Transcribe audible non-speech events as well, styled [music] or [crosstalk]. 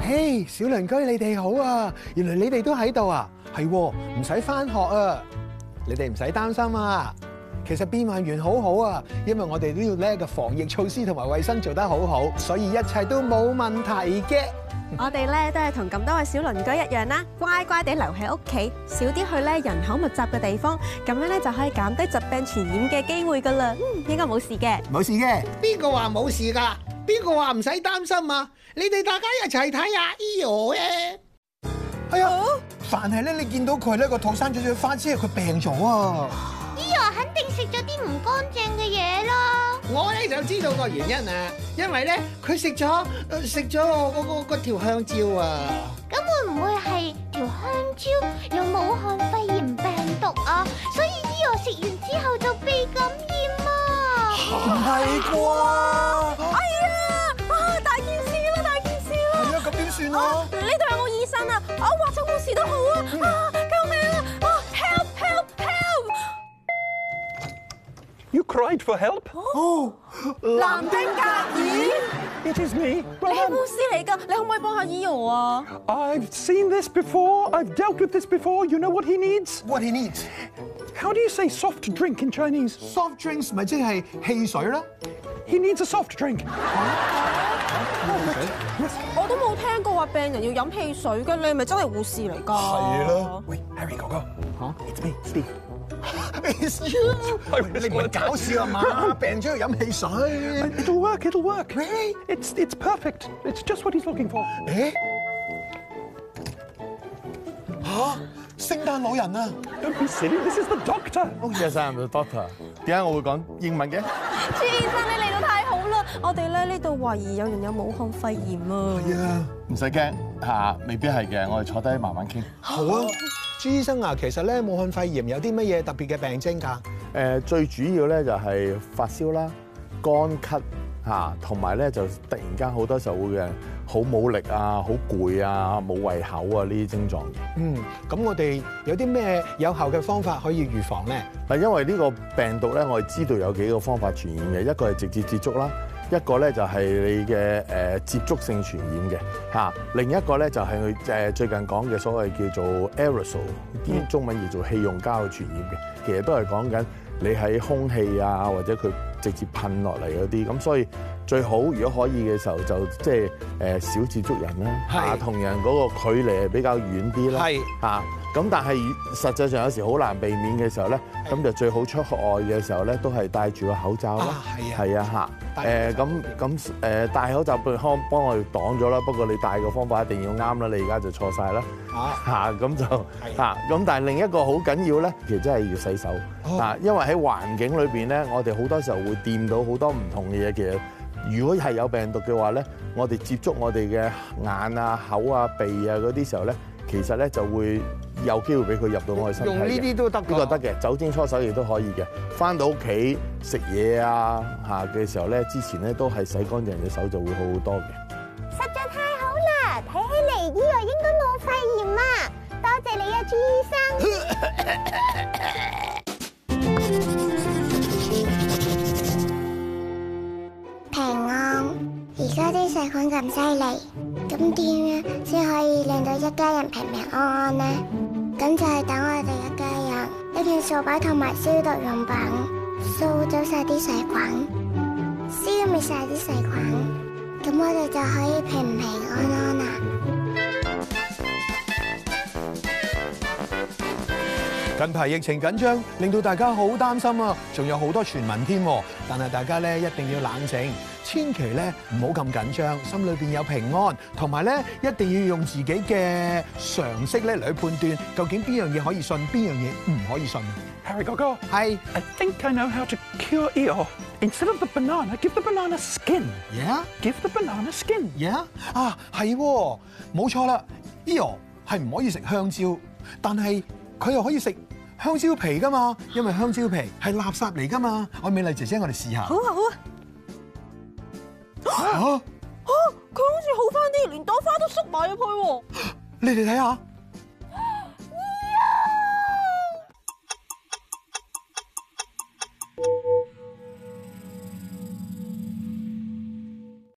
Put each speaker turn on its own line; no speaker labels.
嘿，小鄰居你哋好啊！原來你哋都喺度啊，係喎唔使翻學啊！你哋唔使擔心啊！其實變幻園好好啊，因為我哋呢度咧嘅防疫措施同埋衞生做得好好，所以一切都冇問題嘅。
我哋咧都係同咁多位小鄰居一樣啦，乖乖地留喺屋企，少啲去咧人口密集嘅地方，咁樣咧就可以減低疾病傳染嘅機會噶啦。嗯，應該冇事嘅。
冇事嘅，
邊個話冇事㗎？邊個話唔使擔心啊？你哋大家一齊睇下 Eo
哦
咧。
哎呀，凡係咧你見到佢咧個肚生咗隻花之後，佢病咗啊！
Eo 肯定食咗啲唔乾淨嘅嘢啦。
我咧就知道個原因啦，因為咧佢食咗呃食咗我嗰個嗰條香蕉啊！
咁會唔會係條香蕉有武漢肺炎病毒啊？所以 Eo 食完之後就被感染啊！
唔係啩？
哎呀，啊大件事啦，大件事啦！
係啊，咁點算
啊，呢度有冇醫生啊？我話咗冇事都好啊！啊，救命啊！啊，help help help！
You cried for help?
哦，
藍丁格爾，
It is me,
你係
Rohan.
護士嚟㗎，你可唔可以幫下 Eo 啊？
I've seen this before. I've dealt with this before. You know what he needs?
what he needs
How do you say soft drink in Chinese?
soft drinks 咪即係汽水啦。
He needs a soft drink.
我都冇聽過話病人要飲汽水㗎，你係咪真係護士嚟㗎？係啊咯。
Wait, Harry, go go. Huh? It's me, Steve.
[laughs] It's you. [laughs] 你唔係搞笑啊 [laughs] 嘛？病咗要飲汽水。
It'll work. It'll work.
Really?
It's it's perfect. It's just what he's looking for.
誒？嚇！聖誕老人啊！
Don't be silly. This is the doctor.
Oh yes, I am the doctor。點解我會講英文嘅？
朱醫生，你嚟到太好啦！我哋咧呢度懷疑有人有武漢肺炎啊！
呀，
唔使驚嚇，未必係嘅。我哋坐低慢慢傾。
好啊！朱醫生啊，其實咧，武漢肺炎有啲乜嘢特別嘅病徵㗎？
誒，最主要咧就係發燒啦、乾咳嚇，同埋咧就突然間好多時候會有人好冇力啊、好攰啊、冇胃口啊呢啲症狀嘅。
嗯，咁我哋有啲咩有效嘅方法可以預防咧？
嗱，因為呢個病毒咧，我哋知道有幾個方法傳染嘅，一個係直接接觸啦，一個咧就係你嘅誒接觸性傳染嘅嚇，另一個咧就係佢誒最近講嘅所謂叫做 aerosol，啲中文叫做氣溶膠傳染嘅，其實都係講緊你喺空氣啊或者佢直接噴落嚟嗰啲，咁所以最好如果可以嘅時候就即係誒少接觸人啦，
係
嚇同人嗰個距離係比較遠啲啦。
係
嚇。咁但係實際上有時好難避免嘅時候咧，咁就最好出外嘅時候咧，都係戴住個口罩啦
啊。係啊
係啊嚇。
戴
誒
口罩
咁咁誒戴口罩幫幫我哋擋咗啦，不過你戴嘅方法一定要啱啦，你而家就錯晒啦。
啊，
嚇咁就嚇咁，但係另一個好緊要咧，其實真係要洗手
哦
啊，因為喺環境裏邊咧，我哋好多時候會掂到好多唔同嘅嘢。其實如果係有病毒嘅話咧，我哋接觸我哋嘅眼啊、口啊、鼻啊嗰啲時候咧，其實咧就會有機會俾佢入到我哋身體
用呢
嘅
啲都得㗎。
呢個得嘅，酒精搓手亦都可以嘅。翻到屋企食嘢啊嚇嘅時候咧，之前咧都係洗乾淨隻手就會好好多嘅。
實在太好啦！睇起嚟 Eo 應該冇肺炎啊！多謝你啊，朱醫生。
平安。而家啲細菌咁犀利，咁點樣先可以令到一家人平平安安呢？咁就係等我哋一家人拎起掃把同埋消毒用品，掃走晒啲細菌，消滅晒啲細菌，咁我哋就可以平平安安啦。
近排疫情緊張，令到大家好擔心啊，仲有好多傳聞添喎。但係大家咧一定要冷靜，千祈咧唔好咁緊張，心裏邊有平安，同埋咧一定要用自己嘅常識咧嚟去判斷，究竟邊樣嘢可以信，邊樣嘢唔可以信。
Harry, go go.
係
I think I know how to cure Eeyore. Instead of the banana, give the banana skin.
，yeah
Give the banana skin.
yeah 啊，係喎，冇錯啦。Eo 係唔可以食香蕉，但係佢又可以食香蕉皮噶嘛，因為香蕉皮係垃圾嚟噶嘛。我美麗姐姐，我哋試下
好。啊好啊！哦
啊
啊，佢好似好翻啲，連朵花都縮埋入去喎。
你哋睇下，